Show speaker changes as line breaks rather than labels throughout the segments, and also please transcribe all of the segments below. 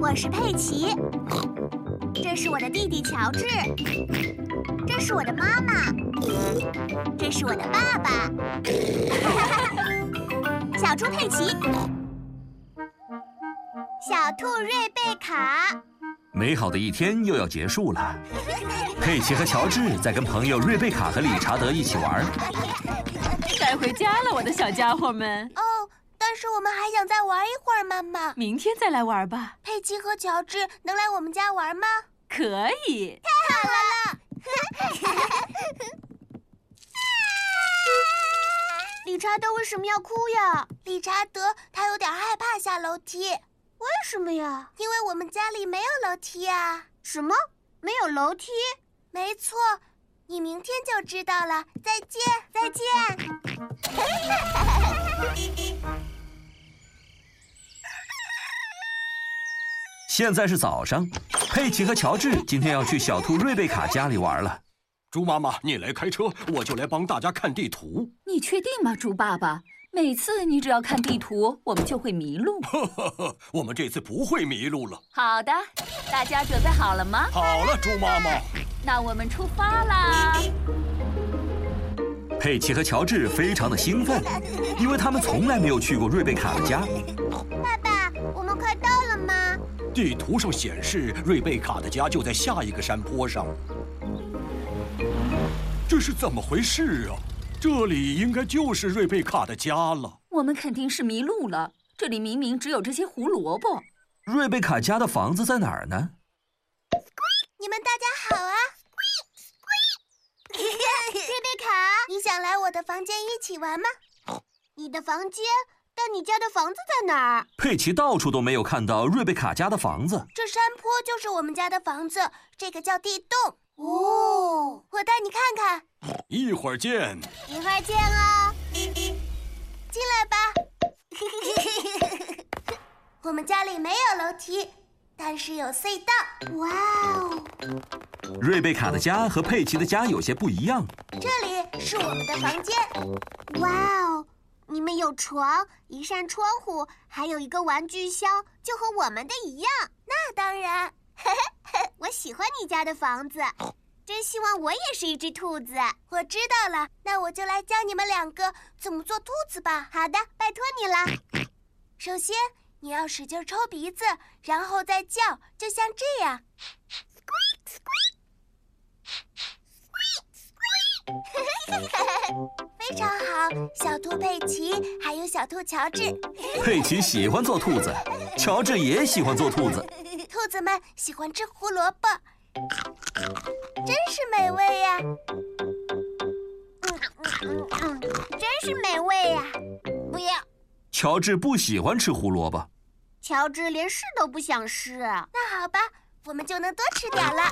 我是佩奇，这是我的弟弟乔治，这是我的妈妈，这是我的爸 爸，小猪佩奇，小兔瑞贝卡。
美好的一天又要结束了，佩奇和 乔治在跟朋友瑞贝卡和理查德一起玩。
该回家了，我的小家伙们。
哦，但是我们还想再玩一会儿，妈妈。
明天再来玩吧。
佩奇和乔治能来我们家玩吗？
可以。
太好了！理查德为什么要哭呀？理查德他有点害怕下楼梯。
为什么呀？
因为我们家里没有楼梯啊！
什么？没有楼梯？
没错，你明天就知道了。再见，再见。
现在是早上，佩奇和乔治今天要去小兔瑞贝卡家里玩了。
猪妈妈，你来开车，我就来帮大家看地图。
你确定吗，猪爸爸？每次你只要看地图，我们就会迷路。
呵呵呵，我们这次不会迷路了。
好的，大家准备好了吗？
好了，猪妈妈。
那我们出发啦！
佩奇和乔治非常的兴奋， 因为他们从来没有去过瑞贝卡的家。
爸爸，我们快到了吗？
地图上显示瑞贝卡的家就在下一个山坡上。这是怎么回事啊？这里应该就是瑞贝卡的家了。
我们肯定是迷路了，这里明明只有这些胡萝卜。
瑞贝卡家的房子在哪儿呢？
你们大家好啊！瑞 贝卡，你想来我的房间一起玩吗？
你的房间？但你家的房子在哪儿？
佩奇到处都没有看到瑞贝卡家的房子。
这山坡就是我们家的房子，这个叫地洞。
哦，
我带你看看。
一会儿见。
一会儿见哦。进来吧。 我们家里没有楼梯，但是有隧道。哇哦！
瑞贝卡的家和佩奇的家有些不一样。
这里是我们的房间。
哇哦！你们有床、一扇窗户，还有一个玩具箱，就和我们的一样。
那当然。
我喜欢你家的房子，真希望我也是一只兔子。
我知道了，那我就来教你们两个怎么做兔子吧。
好的，拜托你
了。首先，你要使劲抽鼻子，然后再叫，就像这样。非常好，小兔佩奇还有小兔乔治。
佩奇喜欢做兔子，乔治也喜欢做兔子。
兔子们喜欢吃胡萝卜，真是美味呀、啊！
嗯嗯嗯，真是美味呀、啊！不要，
乔治不喜欢吃胡萝卜。
乔治连试都不想试。
那好吧，我们就能多吃 点了。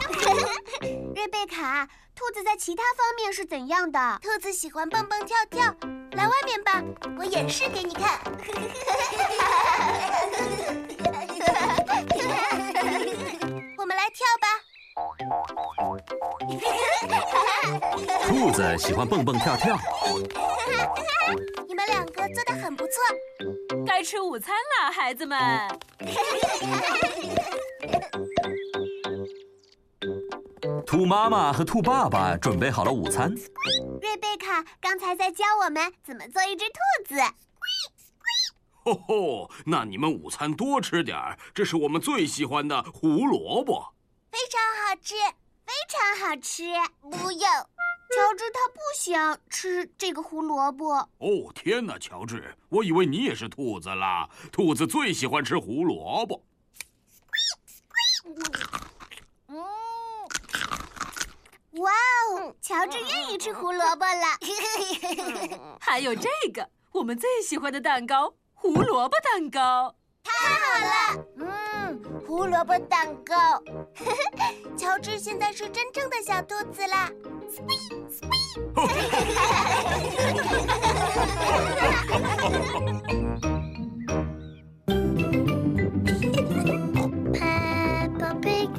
瑞贝卡，兔子在其他方面是怎样的？
兔子喜欢蹦蹦跳跳。来外面吧，我演示给 你看。我们来跳
吧。兔子喜欢蹦蹦跳跳。
你们两个做的很不错。
该吃午餐啦，孩子们。
兔妈妈和兔爸爸准备好了午餐。
瑞贝卡刚才在教我们怎么做一只兔子。
吼吼，那你们午餐多吃点儿，这是我们最喜欢的胡萝卜，
非常好吃，
非常好吃。不要，
乔治他不想吃这个胡萝卜。
哦天哪，乔治，我以为你也是兔子啦！兔子最喜欢吃胡萝卜。
哇哦，乔治愿意吃胡萝卜了。
还有这个，我们最喜欢的蛋糕——胡萝卜蛋糕，
太好了！
嗯，胡萝卜蛋糕。
乔治现在是真正的小兔子啦。
Peppa Pig.